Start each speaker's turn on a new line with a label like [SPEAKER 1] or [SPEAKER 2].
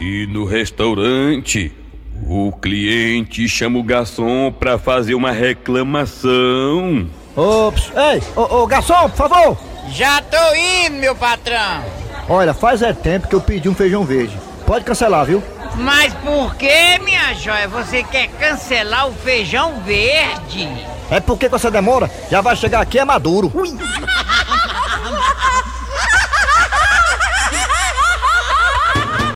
[SPEAKER 1] E no restaurante, o cliente chama o garçom pra fazer uma reclamação.
[SPEAKER 2] Ops, ei, ô, ô, garçom, por favor!
[SPEAKER 3] Já tô indo, meu patrão.
[SPEAKER 2] Olha, faz é tempo que eu pedi um feijão verde. Pode cancelar, viu?
[SPEAKER 3] Mas por que, minha joia, você quer cancelar o feijão verde?
[SPEAKER 2] É porque com essa demora já vai chegar aqui é maduro. Ui.